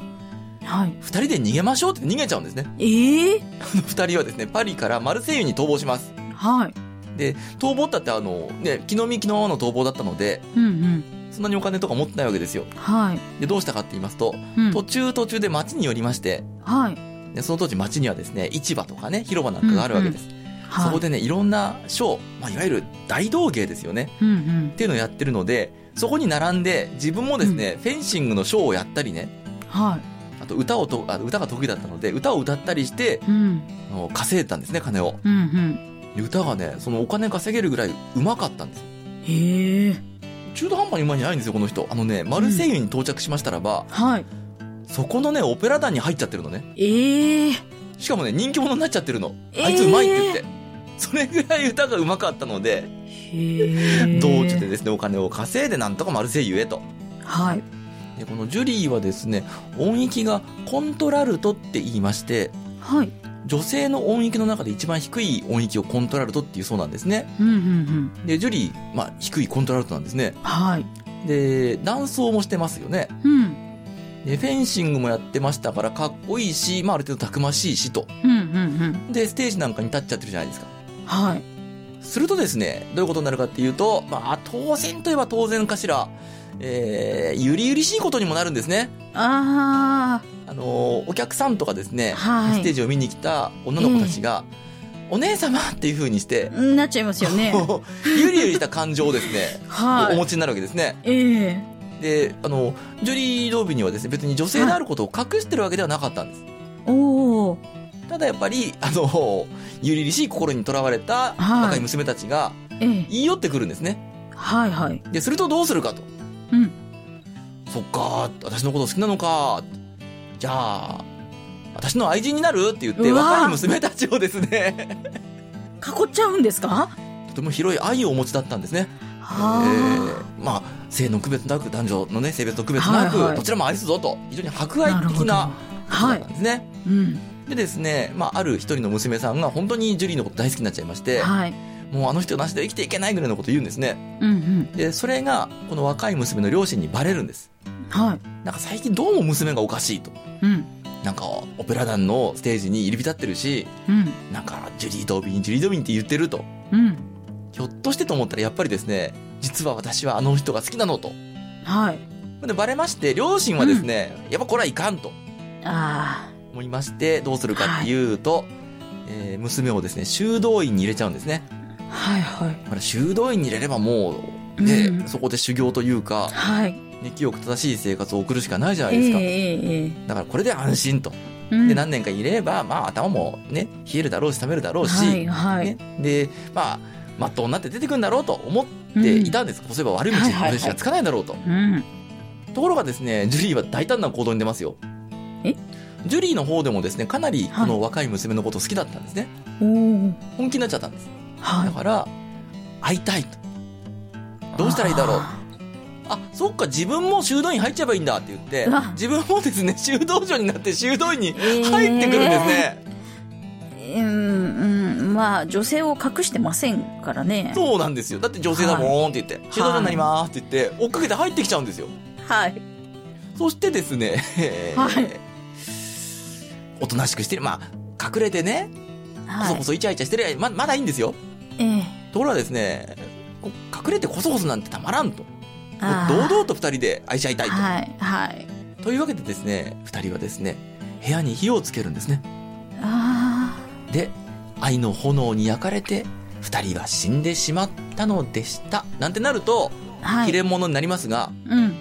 [SPEAKER 2] はい。
[SPEAKER 1] 二人で逃げましょうって逃げちゃうんですね。
[SPEAKER 2] ええ
[SPEAKER 1] この二人はですね、パリからマルセイユに逃亡します。
[SPEAKER 2] はい。
[SPEAKER 1] で、逃亡ったってあの、ね、気の身気のままの逃亡だったので、
[SPEAKER 2] うんうん。
[SPEAKER 1] そんなにお金とか持ってないわけですよ。
[SPEAKER 2] はい。
[SPEAKER 1] で、どうしたかって言いますと、
[SPEAKER 2] うん
[SPEAKER 1] 途中途中で町に寄りまして、
[SPEAKER 2] はい。
[SPEAKER 1] でその当時町にはですね、市場とかね、広場なんかがあるわけです。
[SPEAKER 2] はい。
[SPEAKER 1] そこでね、いろんなショー、まあ、いわゆる大道芸ですよね、
[SPEAKER 2] うんう
[SPEAKER 1] っ
[SPEAKER 2] ん。
[SPEAKER 1] ていうのをやってるので、そこに並んで自分もですね、フェンシングのショーをやったりね、
[SPEAKER 2] は
[SPEAKER 1] あと歌をと、あ歌が得意だったので、歌を歌ったりして、
[SPEAKER 2] い。うん。
[SPEAKER 1] あの稼いだんですね、金を。
[SPEAKER 2] うんうん。
[SPEAKER 1] で歌がね、そのお金稼げるぐらいうまかったんです。
[SPEAKER 2] ええ
[SPEAKER 1] 中途半端にうまいんじゃないんですよ、この人。あのね、マルセイユに到着しましたらば、
[SPEAKER 2] はい。
[SPEAKER 1] そこのね、オペラ団に入っちゃってるのね。
[SPEAKER 2] ええ
[SPEAKER 1] しかもね、人気者になっちゃってるの。
[SPEAKER 2] えー
[SPEAKER 1] あいつうまいって言って。それぐらい歌がうまかったので、
[SPEAKER 2] へえ。
[SPEAKER 1] 道中でですね、お金を稼いでなんとかマルセイユへと。
[SPEAKER 2] はい。
[SPEAKER 1] で、このジュリーはですね、音域がコントラルトって言いまして、
[SPEAKER 2] はい。
[SPEAKER 1] 女性の音域の中で一番低い音域をコントラルトっていうそうなんですね。
[SPEAKER 2] うんうんうん。
[SPEAKER 1] で、ジュリー、まあ、低いコントラルトなんですね。
[SPEAKER 2] はい。
[SPEAKER 1] で、男装もしてますよね。
[SPEAKER 2] うん。
[SPEAKER 1] で、フェンシングもやってましたから、かっこいいし、まあ、ある程度たくましいしと。
[SPEAKER 2] うんうん
[SPEAKER 1] で、ステージなんかに立っちゃってるじゃないですか。
[SPEAKER 2] うん。はい。
[SPEAKER 1] するとですね、どういうことになるかっていうと、まあ、当然といえば当然かしら、えー、ゆりゆりしいことにもなるんですね。
[SPEAKER 2] あ
[SPEAKER 1] あのーお客さんとかですね、
[SPEAKER 2] はい
[SPEAKER 1] ステージを見に来た女の子たちが、お姉様っていう風にして、
[SPEAKER 2] あ。なっちゃいますよね。
[SPEAKER 1] こう ゆりゆりした感情をですね、
[SPEAKER 2] は
[SPEAKER 1] お
[SPEAKER 2] い
[SPEAKER 1] 持。ちになるわけですね。
[SPEAKER 2] ええ
[SPEAKER 1] で、あの、ジュリー・ドービーにはですね、別に女性であることを隠してるわけではなかったんです。
[SPEAKER 2] おお。
[SPEAKER 1] ただやっぱり、あの、ゆりりしい心にとらわれた
[SPEAKER 2] はい
[SPEAKER 1] 若い娘たちが
[SPEAKER 2] ええ
[SPEAKER 1] 言い寄ってくるんですね。
[SPEAKER 2] はいはい。
[SPEAKER 1] で、するとどうするかと。
[SPEAKER 2] うん。
[SPEAKER 1] そっか、私のこと好きなのか。じゃあ、私の愛人になるって言って、
[SPEAKER 2] うわ
[SPEAKER 1] 若い娘たちをですね、
[SPEAKER 2] 囲っちゃうんですか
[SPEAKER 1] とても広い愛をお持ちだったんですね。
[SPEAKER 2] は
[SPEAKER 1] えーまあ、性の区別なく、男女のね、性別の区別なく、
[SPEAKER 2] はいはい
[SPEAKER 1] どちらも愛すぞと、非常に
[SPEAKER 2] あ。
[SPEAKER 1] 博
[SPEAKER 2] な
[SPEAKER 1] 愛
[SPEAKER 2] る
[SPEAKER 1] 的
[SPEAKER 2] ほど。
[SPEAKER 1] なことだ
[SPEAKER 2] は
[SPEAKER 1] っ
[SPEAKER 2] い
[SPEAKER 1] たん。ですね。
[SPEAKER 2] うん。
[SPEAKER 1] でですね、まあ、ある一人の娘さんが本当にジュリーのこと大好きになっちゃいまして、
[SPEAKER 2] はい。
[SPEAKER 1] もうあの人なしでは生きていけないぐらいのこと言うんですね。
[SPEAKER 2] うんうん。
[SPEAKER 1] で、それが、この若い娘の両親にバレるんです。
[SPEAKER 2] はい。
[SPEAKER 1] なんか最近どうも娘がおかしいと。
[SPEAKER 2] うん。
[SPEAKER 1] なんか、オペラ団のステージに入り浸ってるし、
[SPEAKER 2] うん。
[SPEAKER 1] なんか、ジュリー・ドービン、ジュリー・ドービンって言ってると。
[SPEAKER 2] うん。
[SPEAKER 1] ひょっとしてと思ったら、やっぱりですね、実は私はあの人が好きなのと。
[SPEAKER 2] はい。
[SPEAKER 1] で、バレまして、両親はですね、やっぱこれはいかんと
[SPEAKER 2] あ
[SPEAKER 1] 思いまして、どうするかっていうと、えー娘をですね、修道院に入れちゃうんですね。
[SPEAKER 2] あ。はいはい。
[SPEAKER 1] ほら修道院に入れればもう、ね、
[SPEAKER 2] うん
[SPEAKER 1] そこで修行というか、
[SPEAKER 2] はい。
[SPEAKER 1] ね、清く正しい生活を送るしかないじゃな
[SPEAKER 2] え
[SPEAKER 1] い
[SPEAKER 2] え
[SPEAKER 1] ですか。
[SPEAKER 2] ええ
[SPEAKER 1] だからこれで安心と。
[SPEAKER 2] ええ。
[SPEAKER 1] で、
[SPEAKER 2] な
[SPEAKER 1] 何年か入れれば、まあ頭もね、冷えるだろうし、冷めるだろうし、
[SPEAKER 2] はいはい。
[SPEAKER 1] ね、で、まあ、まっとうになって出てくるんだろうと思っていたんです。こうすれば悪い道
[SPEAKER 2] は
[SPEAKER 1] に
[SPEAKER 2] いはいはい
[SPEAKER 1] 私がつかないだろうと。
[SPEAKER 2] うん。
[SPEAKER 1] ところがですね、ジュリーは大胆な行動に出ますよ。
[SPEAKER 2] え
[SPEAKER 1] ジュリーの方でもですね、かなり
[SPEAKER 2] はい
[SPEAKER 1] この若い娘のこと好きだったんですね。
[SPEAKER 2] おお。
[SPEAKER 1] 本気になっちゃったんです。
[SPEAKER 2] は
[SPEAKER 1] だ
[SPEAKER 2] い。
[SPEAKER 1] から、会いたいと。どうしたらいいだろう。あ、そっか、自分も修道院入っちゃえばいいんだって言って
[SPEAKER 2] うわ、
[SPEAKER 1] 自分もですね、修道女になって修道院に
[SPEAKER 2] ええ
[SPEAKER 1] 入ってくるんですね。
[SPEAKER 2] うんうんまあ女性を隠してませんからね
[SPEAKER 1] そうなんですよ。だって女性だもんって言って、修道女になりますって言って、追っかけて入ってきちゃうんですよ。
[SPEAKER 2] はい
[SPEAKER 1] そしてですね、
[SPEAKER 2] はい
[SPEAKER 1] おとなしくしてる。まあ、隠れてね、こ
[SPEAKER 2] は
[SPEAKER 1] そ
[SPEAKER 2] い
[SPEAKER 1] こそイチャイチャしてるま、まだいいんですよ。
[SPEAKER 2] ええ
[SPEAKER 1] ところがですね、こ隠れてこそこそなんてたまらんと。
[SPEAKER 2] あ
[SPEAKER 1] 堂
[SPEAKER 2] ー
[SPEAKER 1] 々と二人で愛し合いたいと。
[SPEAKER 2] はいはい
[SPEAKER 1] というわけでですね、二人はですね、部屋に火をつけるんですね。
[SPEAKER 2] あ
[SPEAKER 1] で、愛の炎に焼かれて、二人は死んでしまったのでした。なんてなると、
[SPEAKER 2] あは
[SPEAKER 1] 切
[SPEAKER 2] い
[SPEAKER 1] れ者になりますが、
[SPEAKER 2] うん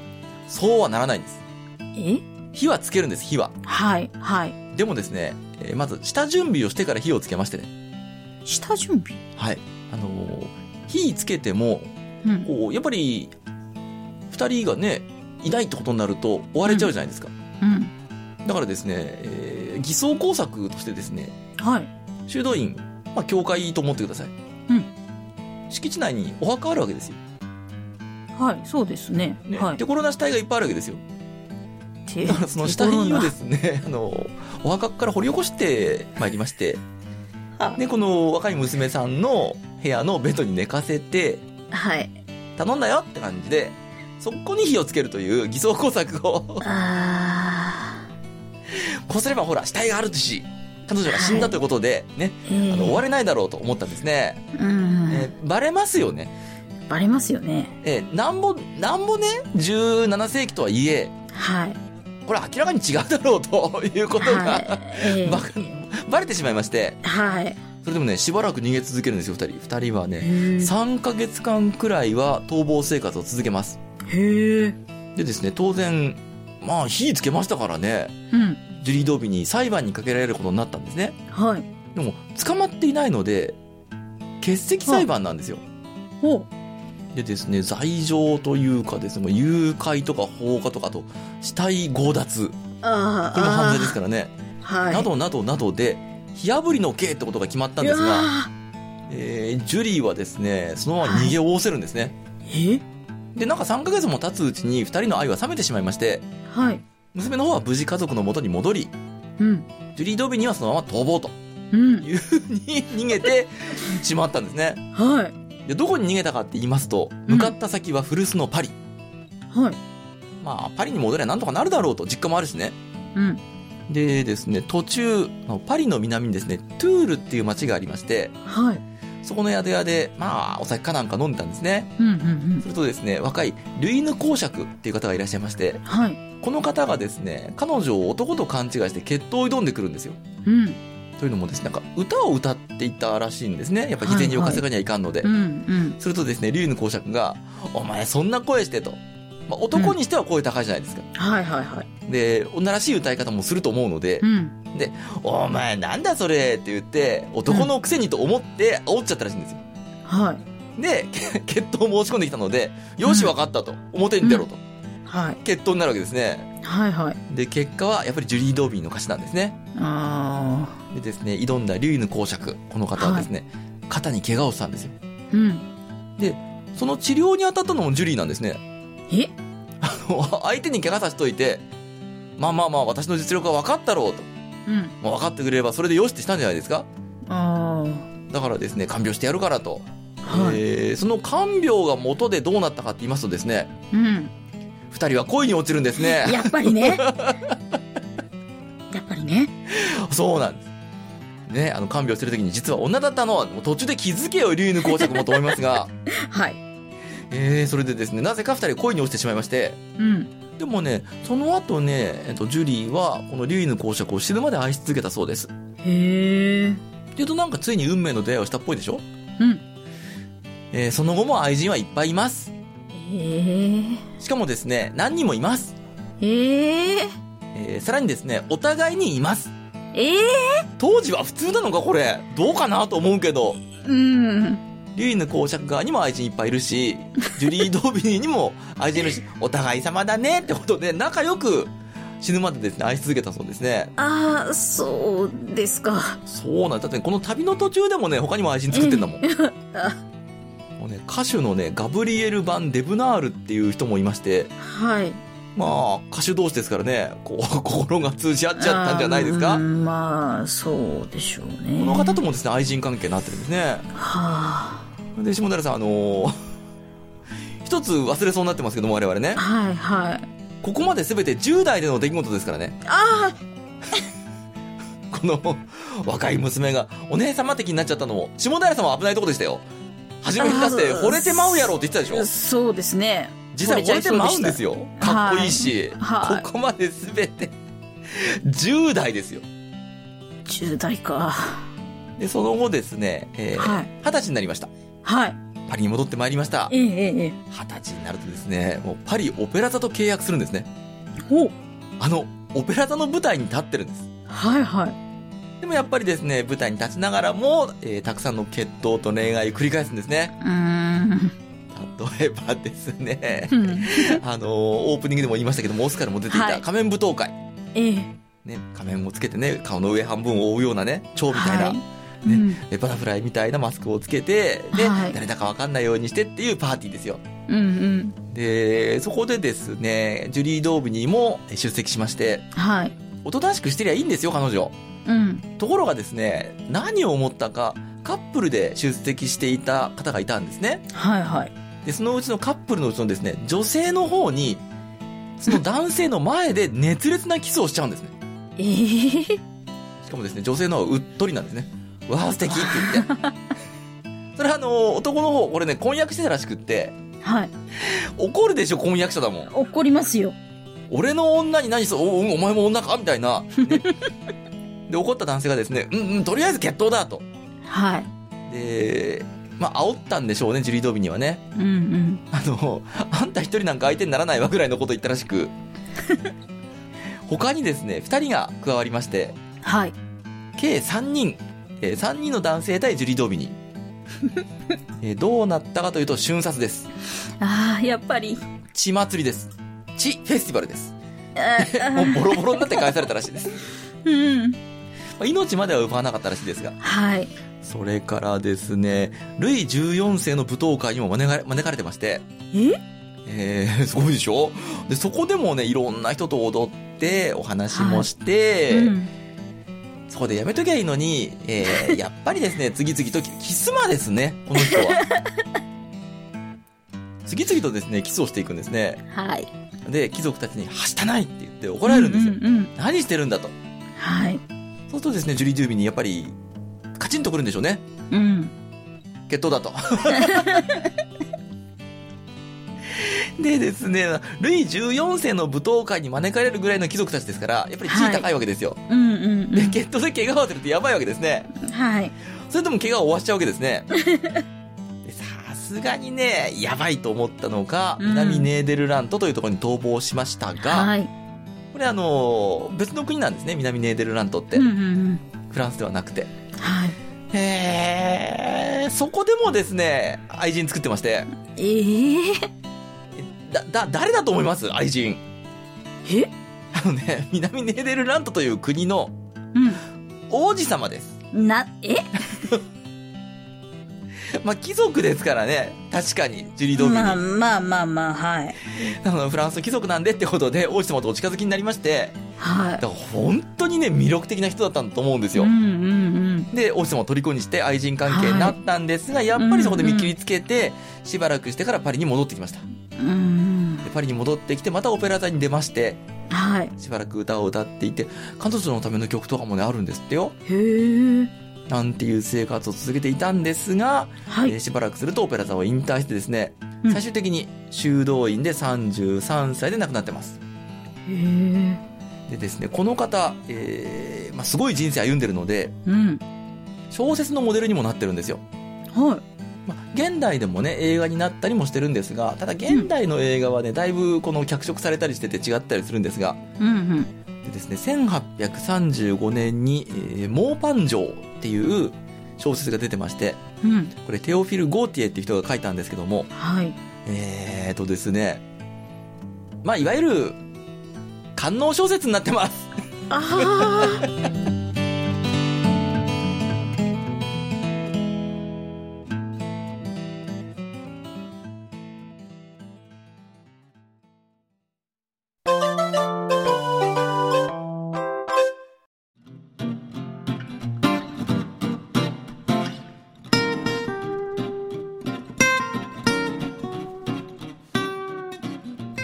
[SPEAKER 1] そうはならないんです。
[SPEAKER 2] え
[SPEAKER 1] 火はつけるんです、火は。
[SPEAKER 2] はいはい
[SPEAKER 1] でもですね、えーまず下準備をしてから火をつけましてね。
[SPEAKER 2] 下準備
[SPEAKER 1] はい。あのー火つけても、
[SPEAKER 2] うん
[SPEAKER 1] こう、やっぱり、二人がね、いないってことになると追われちゃうじゃないですか。
[SPEAKER 2] うん
[SPEAKER 1] だからですね、えー偽装工作としてですね、
[SPEAKER 2] はい
[SPEAKER 1] 修道院、まあ、教会と思ってください。
[SPEAKER 2] うん。
[SPEAKER 1] 敷地内にお墓あるわけですよ、
[SPEAKER 2] はい、そうですね。
[SPEAKER 1] ね
[SPEAKER 2] はい。
[SPEAKER 1] でコロナ死体がいっぱいあるわけですよ
[SPEAKER 2] て
[SPEAKER 1] だから その死体をですね あのお墓から掘り起こしてまいりまして
[SPEAKER 2] は
[SPEAKER 1] でこの若い娘さんの部屋のベッドに寝かせて
[SPEAKER 2] はい。
[SPEAKER 1] 頼んだよって感じでそこに火をつけるという偽装工作を
[SPEAKER 2] あ
[SPEAKER 1] こうすればほら死体があるし彼女が死んだということで、ね
[SPEAKER 2] ー。ええ
[SPEAKER 1] あの終われないだろうと思ったんですね、
[SPEAKER 2] うん。
[SPEAKER 1] えーバレますよね
[SPEAKER 2] バレますよね。
[SPEAKER 1] えーなんぼなんぼね17世紀とはいえ
[SPEAKER 2] はい。
[SPEAKER 1] これ明らかに違うだろうということが、
[SPEAKER 2] はい。ええ
[SPEAKER 1] ババレてしまいまして
[SPEAKER 2] はい。
[SPEAKER 1] それでもねしばらく逃げ続けるんですよ二人二人はね
[SPEAKER 2] へー
[SPEAKER 1] 3ヶ月間くらいは逃亡生活を続けます
[SPEAKER 2] へえ。
[SPEAKER 1] でですね当然まあ火つけましたからね
[SPEAKER 2] うん。
[SPEAKER 1] ジュリー・ドービーに裁判にかけられることになったんですね
[SPEAKER 2] はい。
[SPEAKER 1] でも捕まっていないので欠席裁判なんですよ
[SPEAKER 2] お
[SPEAKER 1] でですね罪状というかですねもう誘拐とか放火とかあと死体強奪
[SPEAKER 2] ああ。
[SPEAKER 1] これも犯罪ですからね
[SPEAKER 2] あーはい。
[SPEAKER 1] などなどなどで火あぶりの刑ってことが決まったんです
[SPEAKER 2] うわ
[SPEAKER 1] が、えージュリーはですねそのまま逃げおおせるんですね、
[SPEAKER 2] ーえ
[SPEAKER 1] でなんか3ヶ月も経つうちに2人の愛は冷めてしまいまして
[SPEAKER 2] はい。
[SPEAKER 1] 娘の方は無事家族の元に戻り
[SPEAKER 2] うん。
[SPEAKER 1] ジュリー・ドビーにはそのまま逃亡と
[SPEAKER 2] うん。
[SPEAKER 1] いうふうに逃げてしまったんですね
[SPEAKER 2] はい。
[SPEAKER 1] でどこに逃げたかって言いますと向かった先は古巣のパリ、
[SPEAKER 2] はい。
[SPEAKER 1] まあパリに戻りゃなんとかなるだろうと実家もあるしね
[SPEAKER 2] うん。
[SPEAKER 1] でですね途中パリの南にですねトゥールっていう町がありまして
[SPEAKER 2] はい。
[SPEAKER 1] そこの宿屋でまあお酒かなんか飲んでたんですね
[SPEAKER 2] うんうんうん
[SPEAKER 1] す。るとですね若いルイヌ公爵っていう方がいらっしゃいまして
[SPEAKER 2] はい。
[SPEAKER 1] この方がですね、彼女を男と勘違いして決闘を挑んでくるんですよ。
[SPEAKER 2] うん。
[SPEAKER 1] というのもですね、なんか歌を歌っていたらしいんですね。やっぱり犠牲にを稼がにはいかんので。
[SPEAKER 2] うんうん。
[SPEAKER 1] するとですね、竜の公爵が、お前そんな声してと。まあ、男にしては声高いじゃないですか。
[SPEAKER 2] はいはいはい。
[SPEAKER 1] で、女らしい歌い方もすると思うので
[SPEAKER 2] う、ん。
[SPEAKER 1] お前なんだそれって言って、男のくせにと思って煽っちゃったらしいんですよ。
[SPEAKER 2] はい。
[SPEAKER 1] で、け 決闘を申し込んできたので、よしわかったと。表に出ろと。
[SPEAKER 2] はい。
[SPEAKER 1] 決闘になるわけですね。
[SPEAKER 2] はいはい。
[SPEAKER 1] で、結果はやっぱりジュリー・ドービーの歌詞なんですね。
[SPEAKER 2] ああ。
[SPEAKER 1] でですね、挑んだリュイヌ公爵、この方はですね、肩に怪我をしたんですよ。
[SPEAKER 2] うん。
[SPEAKER 1] その治療に当たったのもジュリーなんですね。
[SPEAKER 2] え
[SPEAKER 1] 相手に怪我させといて、まあまあまあ、私の実力は分かったろうと。
[SPEAKER 2] うん。
[SPEAKER 1] まあ、分かってくれればそれでよしってしたんじゃないですか。
[SPEAKER 2] あ
[SPEAKER 1] だからですね、看病してやるからと。
[SPEAKER 2] あ。はい。
[SPEAKER 1] えーその看病が元でどうなったかって言いますとですね、
[SPEAKER 2] うん。
[SPEAKER 1] 二人は恋に落ちるんですね。
[SPEAKER 2] やっぱりね。やっぱりね。
[SPEAKER 1] そうなんです。ね、あの、看病してる時に実は女だったの、もう途中で気づけよ、リュイヌ公爵もと思いますが、
[SPEAKER 2] はい。
[SPEAKER 1] えーそれでですね、なぜか二人恋に落ちてしまいまして、
[SPEAKER 2] うん。
[SPEAKER 1] でもね、その後ね、えっと、ジュリーは、このリュイヌ公爵を死ぬまで愛し続けたそうです。
[SPEAKER 2] へえ。
[SPEAKER 1] っていうとなんかついに運命の出会いをしたっぽいでしょ
[SPEAKER 2] うん。
[SPEAKER 1] えーその後も愛人はいっぱいいます。
[SPEAKER 2] ええ。
[SPEAKER 1] しかもですね、何人もいます。
[SPEAKER 2] ええ。
[SPEAKER 1] えーさらにですね、お互いにいます。
[SPEAKER 2] ええ。
[SPEAKER 1] 当時は普通なのかこれ。どうかなと思うけど、
[SPEAKER 2] うん。
[SPEAKER 1] リュイヌ公爵側にも愛人いっぱいいるし、ジュリー・ドービーにも愛人いるし、お互い様だねってことで、仲良く死ぬまでですね、愛し続けたそうですね。
[SPEAKER 2] ああ、そうですか。
[SPEAKER 1] そうなんだ。だってこの旅の途中でもね、他にも愛人作ってんだもん。もうね、歌手のね、ガブリエル・版デブナールっていう人もいまして、
[SPEAKER 2] はい。
[SPEAKER 1] まあ、歌手同士ですからね、こう、 心が通じ合っちゃったんじゃないです
[SPEAKER 2] あーう
[SPEAKER 1] か
[SPEAKER 2] んまあ、そうでしょうね。
[SPEAKER 1] この方ともですね、愛人関係になってるんですね。
[SPEAKER 2] はあ。
[SPEAKER 1] で、下平さん、あのー 一つ忘れそうになってますけども、我々ね。
[SPEAKER 2] はいはい。
[SPEAKER 1] ここまで全て10代での出来事ですからね。
[SPEAKER 2] あ
[SPEAKER 1] この 若い娘がお姉様的になっちゃったのも、下平さんは危ないとこでしたよ。初めにだって、惚れてまうやろって言ってたでしょ
[SPEAKER 2] あ、そうですね。
[SPEAKER 1] 実際俺で舞うんです
[SPEAKER 2] よ。
[SPEAKER 1] よ。かっこいいし、
[SPEAKER 2] はい
[SPEAKER 1] ここまで全て10代ですよ。
[SPEAKER 2] 10代か。
[SPEAKER 1] で、その後ですね、えー
[SPEAKER 2] はい
[SPEAKER 1] 20歳になりました。
[SPEAKER 2] はい。
[SPEAKER 1] パリに戻ってまいりました。
[SPEAKER 2] ええええええ。
[SPEAKER 1] 20歳になるとですね、もうパリオペラ座と契約するんですね。
[SPEAKER 2] お
[SPEAKER 1] あの、オペラ座の舞台に立ってるんです。
[SPEAKER 2] はいはい。
[SPEAKER 1] でもやっぱりですね、舞台に立ちながらも、えーたくさんの決闘と恋愛を繰り返すんですね。
[SPEAKER 2] うーん。
[SPEAKER 1] 例えばです ね、
[SPEAKER 2] うん
[SPEAKER 1] あのーオープニングでも言いましたけども、オスカルも出てい
[SPEAKER 2] は
[SPEAKER 1] た
[SPEAKER 2] い
[SPEAKER 1] 仮面舞踏会。
[SPEAKER 2] ええ。
[SPEAKER 1] ね、仮面をつけてね、顔の上半分を覆うようなね、蝶みたいな、
[SPEAKER 2] はいうん
[SPEAKER 1] でバタフライみたいなマスクをつけてで、
[SPEAKER 2] はい
[SPEAKER 1] 誰だかわかんないようにしてっていうパーティーですよ
[SPEAKER 2] うんうん
[SPEAKER 1] でそこでですねジュリー・ドーブニーも出席しまして
[SPEAKER 2] はい
[SPEAKER 1] おとなしくしてりゃいいんですよ彼女
[SPEAKER 2] うん
[SPEAKER 1] ところがですね何を思ったかカップルで出席していた方がいたんですね
[SPEAKER 2] はいはい
[SPEAKER 1] でそのうちのカップルのうちのですね女性の方にその男性の前で熱烈なキスをしちゃうんですね
[SPEAKER 2] ええ
[SPEAKER 1] しかもですね、女性の方がうっとりなんですね。わあ、素敵って言って。 それはあの、男の方、これね、婚約してたらしくって、
[SPEAKER 2] はい
[SPEAKER 1] 怒るでしょ、婚約者だもん。
[SPEAKER 2] 怒りますよ
[SPEAKER 1] 俺の女に何そう、おおお前も女かみたいな。ね で、怒った男性がですね、うんうん、とりあえず決闘だと。
[SPEAKER 2] はい
[SPEAKER 1] で、まあ、煽ったんでしょうね、ジュリー・ドービーにはね。
[SPEAKER 2] うんうん
[SPEAKER 1] あの、あんた一人なんか相手にならないわぐらいのこと言ったらしく。 他にですね、二人が加わりまして、
[SPEAKER 2] はい
[SPEAKER 1] 計3人、えー3人の男性対ジュリー・ドー ビニえーどうなったかというと瞬殺です
[SPEAKER 2] ああやっぱり
[SPEAKER 1] 血祭りです血フェスティバルです
[SPEAKER 2] あー
[SPEAKER 1] もうボロボロになって返されたらしいです、ま
[SPEAKER 2] うん
[SPEAKER 1] あ命までは奪わなかったらしいですが
[SPEAKER 2] はい
[SPEAKER 1] それからですねルイ14世の舞踏会にも招かれ招かれてまして
[SPEAKER 2] え
[SPEAKER 1] えー、すごいでしょでそこでもねいろんな人と踊ってお話もして、
[SPEAKER 2] うん
[SPEAKER 1] そこでやめときゃいいのに、え ー、やっぱりですね、次々とキキスマですね、この人は。 次々とですね、キスをしていくんですね。
[SPEAKER 2] はい
[SPEAKER 1] で、貴族たちに、はしたないって言って怒られるんですよ。
[SPEAKER 2] うんうんうん
[SPEAKER 1] 何してるんだと。
[SPEAKER 2] はい
[SPEAKER 1] そうするとですね、ジュリー・ドゥービーにやっぱり、カチンとくるんでしょうね。
[SPEAKER 2] うん
[SPEAKER 1] 決闘だ と。でですね、ルイ14世の舞踏会に招かれるぐらいの貴族たちですから、やっぱり地位高いわけですよ。
[SPEAKER 2] うんうんう
[SPEAKER 1] で、決闘で怪我をするとやばいわけですね。
[SPEAKER 2] んはい
[SPEAKER 1] それとも怪我を負わしちゃうわけですね。でさすがにね、やばいと思ったのか、
[SPEAKER 2] うん
[SPEAKER 1] 南ネーデルラントというところに逃亡しましたが、
[SPEAKER 2] はい
[SPEAKER 1] これあの、別の国なんですね、南ネーデルラントって。
[SPEAKER 2] うんうん
[SPEAKER 1] フランスではなくて。
[SPEAKER 2] うんはい
[SPEAKER 1] へー、そこでもですね、愛人作ってまして、
[SPEAKER 2] ええ
[SPEAKER 1] だ、だ、誰だと思います愛人。
[SPEAKER 2] え
[SPEAKER 1] あのね、南ネーデルラントという国の王子様です。
[SPEAKER 2] うんなえ
[SPEAKER 1] まあ、貴族ですからね、確かに、ジュリー・ドービーに
[SPEAKER 2] まあまあまあまあはい
[SPEAKER 1] あのフランスの貴族なんでってことで王子様とお近づきになりまして
[SPEAKER 2] は
[SPEAKER 1] だから本当にね魅力的な人だったんだと思うんです
[SPEAKER 2] い
[SPEAKER 1] よ、
[SPEAKER 2] うんうんうん
[SPEAKER 1] で王子様を虜にして愛人関係になったんですが、やっぱりそこで見切りつけて、しばらくしてからパリに戻ってきました
[SPEAKER 2] うん
[SPEAKER 1] でパリに戻ってきてまたオペラ座に出まして
[SPEAKER 2] うんはい
[SPEAKER 1] しばらく歌を歌っていて彼女のための曲とかもねあるんですってよ
[SPEAKER 2] へえ
[SPEAKER 1] なんていう生活を続けていたんですが、
[SPEAKER 2] は
[SPEAKER 1] えー
[SPEAKER 2] い
[SPEAKER 1] しばらくするとオペラ座を引退してですね、
[SPEAKER 2] うん
[SPEAKER 1] 最終的に修道院で33歳で亡くなってます
[SPEAKER 2] へえ
[SPEAKER 1] でですね、この方、えーまあ、すごい人生歩んでるので、
[SPEAKER 2] うん
[SPEAKER 1] 小説のモデルにもなってるんですよ。
[SPEAKER 2] は
[SPEAKER 1] まあ、現代でもね、映画になったりもしてるんですが、ただ現代の映画はね、だいぶこの脚色されたりしてて違ったりするんですが、
[SPEAKER 2] いうんうん
[SPEAKER 1] でですね、1835年に、えーモーパン城っていう小説が出てまして、
[SPEAKER 2] うん
[SPEAKER 1] これテオフィル・ゴーティエっていう人が書いたんですけども、
[SPEAKER 2] はい
[SPEAKER 1] えーとですね、まあ、いわゆる、官能小説になってます。
[SPEAKER 2] ああ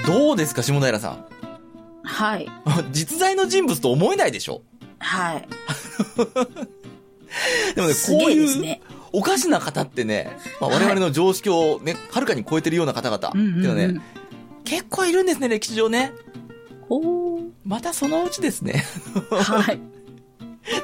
[SPEAKER 1] どうですか、下平さん。
[SPEAKER 2] はい
[SPEAKER 1] 実在の人物と思えないでしょ
[SPEAKER 2] はい
[SPEAKER 1] でもね、
[SPEAKER 2] す
[SPEAKER 1] こう
[SPEAKER 2] げえ
[SPEAKER 1] い
[SPEAKER 2] です
[SPEAKER 1] う
[SPEAKER 2] ね
[SPEAKER 1] おかしな方ってね、まあ、我々の常識をね、はるかに超えてるような方々って
[SPEAKER 2] うん
[SPEAKER 1] いううんの
[SPEAKER 2] う
[SPEAKER 1] は
[SPEAKER 2] ん
[SPEAKER 1] ね、結構いるんですね、歴史上ね。
[SPEAKER 2] おー
[SPEAKER 1] またそのうちですね、
[SPEAKER 2] はい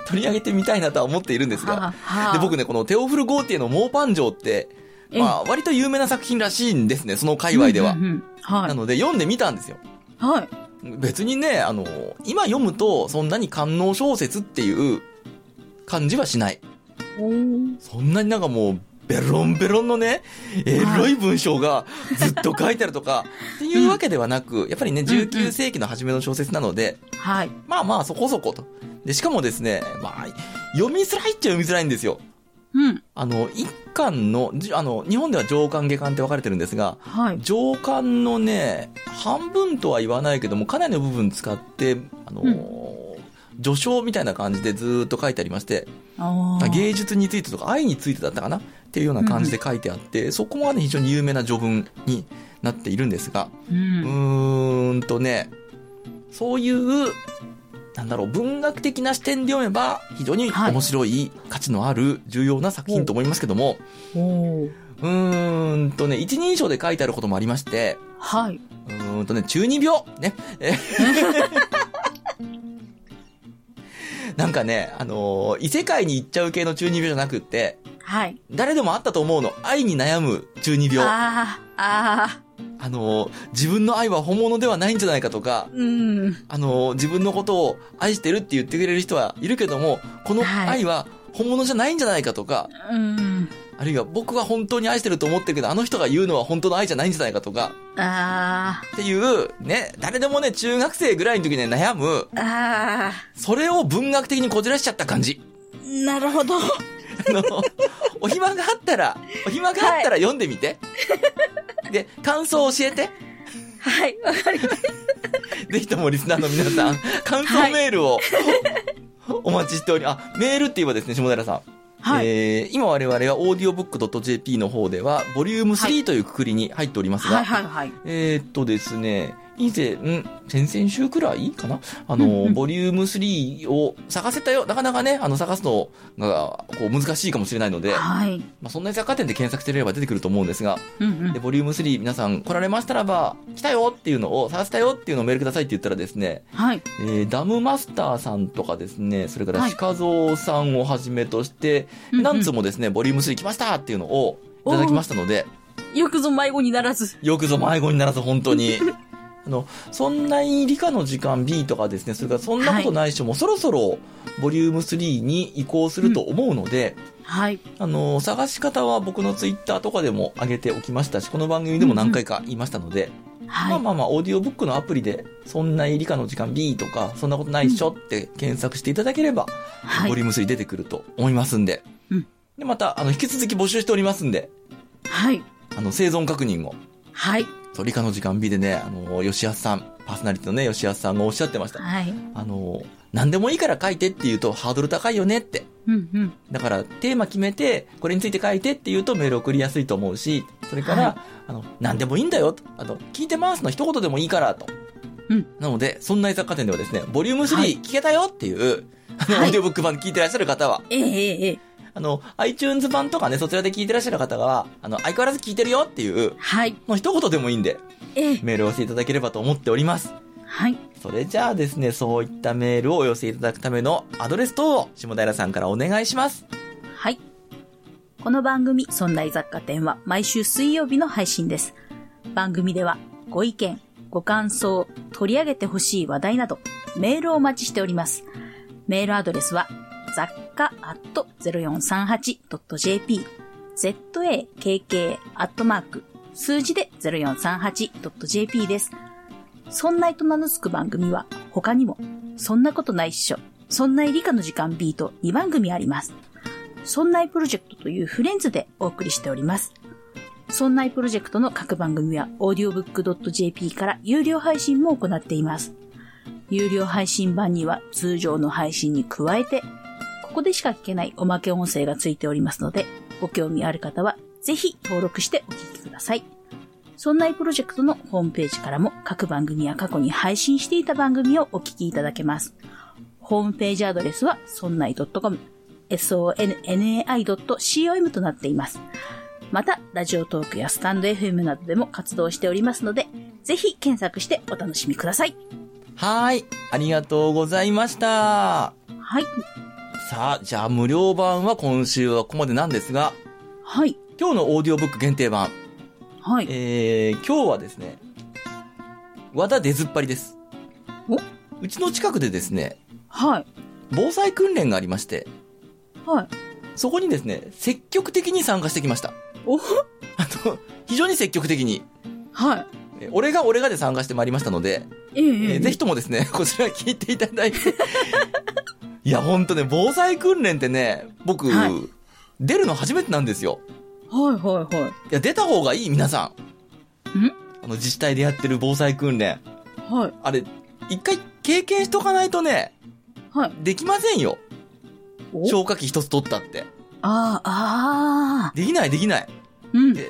[SPEAKER 1] 取り上げてみたいなとは思っているんですが。で、僕
[SPEAKER 2] ね
[SPEAKER 1] ね、このテオフル・ゴーティエのモーパン城って、
[SPEAKER 2] え
[SPEAKER 1] まあ、割と有名な作品らしいんですね、その界隈では
[SPEAKER 2] うん。うんうんは
[SPEAKER 1] ないので、読んでみたんですよ。
[SPEAKER 2] はい
[SPEAKER 1] 別にね、あの、今読むと、そんなに官能小説っていう感じはしない。
[SPEAKER 2] おー
[SPEAKER 1] そんなになんかもう、ベロンベロンのね、エロい文章がずっと書いてあるとか、っていうわけではなく、やっぱりね、19世紀の初めの小説なので、
[SPEAKER 2] はい。
[SPEAKER 1] まあまあそこそこと。で、しかもですね、まあ、読みづらいっちゃ読みづらいんですよ。
[SPEAKER 2] うん。
[SPEAKER 1] あの、一巻の、じあの、日本では上巻下巻って分かれてるんですが、
[SPEAKER 2] はい。
[SPEAKER 1] 上巻のね、半分とは言わないけども、かなりの部分使って、あのー序章みたいな感じでずーっと書いてありまして、
[SPEAKER 2] あー
[SPEAKER 1] 芸術についてとか愛についてだったかなっていうような感じで書いてあって、そこがね、非常に有名な序文になっているんですが、
[SPEAKER 2] う。
[SPEAKER 1] うんーんとね、そういう、なんだろう、文学的な視点で読めば、非常に
[SPEAKER 2] はい
[SPEAKER 1] 面白い、価値のある、重要な作品と思いますけども、
[SPEAKER 2] おー
[SPEAKER 1] うーんとね、一人称で書いてあることもありまして、
[SPEAKER 2] はい。
[SPEAKER 1] うーんとね、中二病ね。 えなんかね、あのー異世界に行っちゃう系の中二病じゃなくって、
[SPEAKER 2] はい。
[SPEAKER 1] 誰でもあったと思うの。愛に悩む中二病。あ、
[SPEAKER 2] ああ、ああ、
[SPEAKER 1] のー自分の愛は本物ではないんじゃないかとか、
[SPEAKER 2] うん。
[SPEAKER 1] あの、自分のことを愛してるって言ってくれる人はいるけども、この
[SPEAKER 2] はい
[SPEAKER 1] 愛は本物じゃないんじゃないかとか、
[SPEAKER 2] うん。
[SPEAKER 1] あるいは僕は本当に愛してると思ってるけど、あの人が言うのは本当の愛じゃないんじゃないかとか、
[SPEAKER 2] あ
[SPEAKER 1] っていう、ね、誰でもね、中学生ぐらいの時にね悩む、
[SPEAKER 2] あ、ああ、
[SPEAKER 1] それを文学的にこじらしちゃった感じ。
[SPEAKER 2] なるほど。
[SPEAKER 1] あの、お暇があったら、お暇があったら読んでみて。で、感想を教えて。
[SPEAKER 2] はい、わかりまし
[SPEAKER 1] ぜひともリスナーの皆さん、感想メールを、 お待ちしており、あ、メールって言えばですね、下平さん。
[SPEAKER 2] た。はい。
[SPEAKER 1] えー今我々は audiobook.jp の方では、ボリューム
[SPEAKER 2] は
[SPEAKER 1] 3というくくりに入っておりますが、
[SPEAKER 2] はい、はい、はい。
[SPEAKER 1] えーっとですね、以前、ん先々週くらいかなあの、
[SPEAKER 2] うんうん
[SPEAKER 1] ボリューム3を探せたよ。なかなかね、あの、探すのが、こう、難しいかもしれないので、
[SPEAKER 2] はい。
[SPEAKER 1] まあ、そんな雑貨店で検索してれば出てくると思うんですが、
[SPEAKER 2] うん、う
[SPEAKER 1] で、
[SPEAKER 2] ん。
[SPEAKER 1] ボリューム3皆さん来られましたらば、来たよっていうのを、探せたよっていうのをメールくださいって言ったらですね、
[SPEAKER 2] はい。
[SPEAKER 1] えーダムマスターさんとかですね、それから
[SPEAKER 2] はい
[SPEAKER 1] 鹿蔵さんをはじめとして、
[SPEAKER 2] うんうん
[SPEAKER 1] なんつもですね、ボリューム3来ましたっていうのをいただきましたので、
[SPEAKER 2] よくぞ迷子にならず。
[SPEAKER 1] よくぞ迷子にならず本当 に。あの、そんなに理科の時間 B とかですね、それからそんなことないしも、そろそろボリューム3に移行すると思うので、
[SPEAKER 2] はい。
[SPEAKER 1] あの、探し方は僕のツイッターとかでも上げておきましたし、この番組でも何回か言いましたので、
[SPEAKER 2] はい。
[SPEAKER 1] まあまあまあ、オーディオブックのアプリで、そんな理科の時間 B とか、そんなことないっしょって検索していただければ、
[SPEAKER 2] はい
[SPEAKER 1] ボリューム3出てくると思いますんで。
[SPEAKER 2] うん
[SPEAKER 1] で、また、あの、引き続き募集しておりますんで、
[SPEAKER 2] はい。
[SPEAKER 1] あの、生存確認を。
[SPEAKER 2] はい。
[SPEAKER 1] そう、理科の時間 B でね、あの、吉安さん、パーソナリティのね、吉安さんがおっしゃってました。
[SPEAKER 2] はい。
[SPEAKER 1] あの、何でもいいから書いてって言うとハードル高いよねって。
[SPEAKER 2] うん、うん。
[SPEAKER 1] だから、テーマ決めて、これについて書いてって言うとメール送りやすいと思うし、それから、
[SPEAKER 2] はい
[SPEAKER 1] あの、何でもいいんだよと、あの、聞いてますの一言でもいいからと。
[SPEAKER 2] うん
[SPEAKER 1] なので、そんな雑貨店ではですね、ボリューム
[SPEAKER 2] はい
[SPEAKER 1] 3聞けたよっていう、あの、
[SPEAKER 2] はい
[SPEAKER 1] オーディオブック版聞いてらっしゃる方は、
[SPEAKER 2] ええええええ。
[SPEAKER 1] あの、iTunes 版とかね、そちらで聞いてらっしゃる方は、あの、相変わらず聞いてるよっていう、
[SPEAKER 2] はい。
[SPEAKER 1] の一言でもいいんで、
[SPEAKER 2] ええ。
[SPEAKER 1] メールをしていただければと思っております。
[SPEAKER 2] はい。
[SPEAKER 1] それじゃあですね、そういったメールをお寄せいただくためのアドレス等を下平さんからお願いします。
[SPEAKER 2] はい。この番組、そんな雑貨店は毎週水曜日の配信です。番組ではご意見、ご感想、取り上げてほしい話題など、メールをお待ちしております。メールアドレスは、雑貨 0438.jp、zakk アットマーク、数字で 0438.jp です。そんないと名のつく番組は他にも、そんなことないっしょ、そんない理科の時間 B と2番組あります。そんないプロジェクトというフレンズでお送りしております。そんないプロジェクトの各番組は audiobook.jp から有料配信も行っています。有料配信版には通常の配信に加えて、ここでしか聞けないおまけ音声がついておりますので、ご興味ある方はぜひ登録してお聞きください。そんないプロジェクトのホームページからも各番組や過去に配信していた番組をお聞きいただけます。ホームページアドレスはそんない .com、sonnai.com となっています。また、ラジオトークやスタンド FM などでも活動しておりますので、ぜひ検索してお楽しみください。
[SPEAKER 1] はーい。ありがとうございました。
[SPEAKER 2] はい。
[SPEAKER 1] さあ、じゃあ無料版は今週はここまでなんですが、
[SPEAKER 2] はい。
[SPEAKER 1] 今日のオーディオブック限定版、
[SPEAKER 2] はい。
[SPEAKER 1] えー、今日はですね、和田出ずっぱりです。
[SPEAKER 2] お
[SPEAKER 1] うちの近くでですね、
[SPEAKER 2] はい。
[SPEAKER 1] 防災訓練がありまして、
[SPEAKER 2] はい。
[SPEAKER 1] そこにですね、積極的に参加してきました。
[SPEAKER 2] お
[SPEAKER 1] あの、非常に積極的に、
[SPEAKER 2] は
[SPEAKER 1] え俺が俺がで参加してまいりましたので、
[SPEAKER 2] い。ええ
[SPEAKER 1] えーぜひともですね、こ ちら聞いていただいて。 いや、ほんとね、防災訓練ってね、僕、
[SPEAKER 2] はい
[SPEAKER 1] 出るの初めてなんですよ。
[SPEAKER 2] はいはいはい
[SPEAKER 1] や、出た方がいい、皆さん。
[SPEAKER 2] ん
[SPEAKER 1] あの、自治体でやってる防災訓練。
[SPEAKER 2] い。はい。
[SPEAKER 1] あれ、一回経験しとかないとね、
[SPEAKER 2] はい。
[SPEAKER 1] できませんよ。
[SPEAKER 2] お
[SPEAKER 1] 消火器一つ取ったって。
[SPEAKER 2] ああ、ああ。
[SPEAKER 1] できない、できない。
[SPEAKER 2] うん。
[SPEAKER 1] で、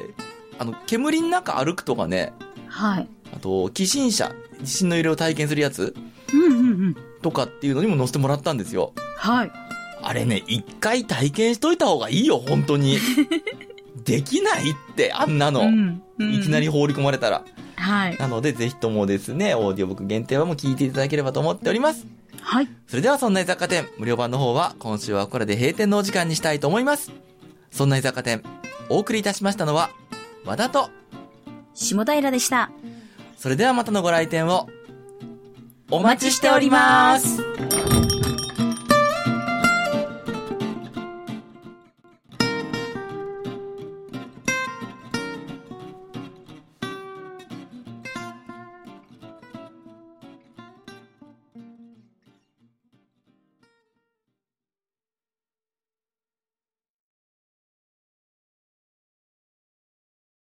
[SPEAKER 1] あの、煙の中歩くとかね、
[SPEAKER 2] はい。
[SPEAKER 1] あと、寄進車、地震の揺れを体験するやつ
[SPEAKER 2] うんうんうん。
[SPEAKER 1] とかっていうのにも乗せてもらったんですよ。
[SPEAKER 2] はい。
[SPEAKER 1] あれね、一回体験しといた方がいいよ、本当 に。できないって、あんなの。
[SPEAKER 2] うんうん
[SPEAKER 1] いきなり。放り込まれたら。
[SPEAKER 2] はい。
[SPEAKER 1] なので、ぜひともですね、オーディオブック限定はもう聞いていただければと思っております。
[SPEAKER 2] はい。
[SPEAKER 1] それでは、そんな居雑貨店、無料版の方は、今週はこれで閉店のお時間にしたいと思います。そんな居雑貨店、お送りいたしましたのは、和田と、
[SPEAKER 2] 下平でした。
[SPEAKER 1] それではまたのご来店を、お。
[SPEAKER 2] 待ちしております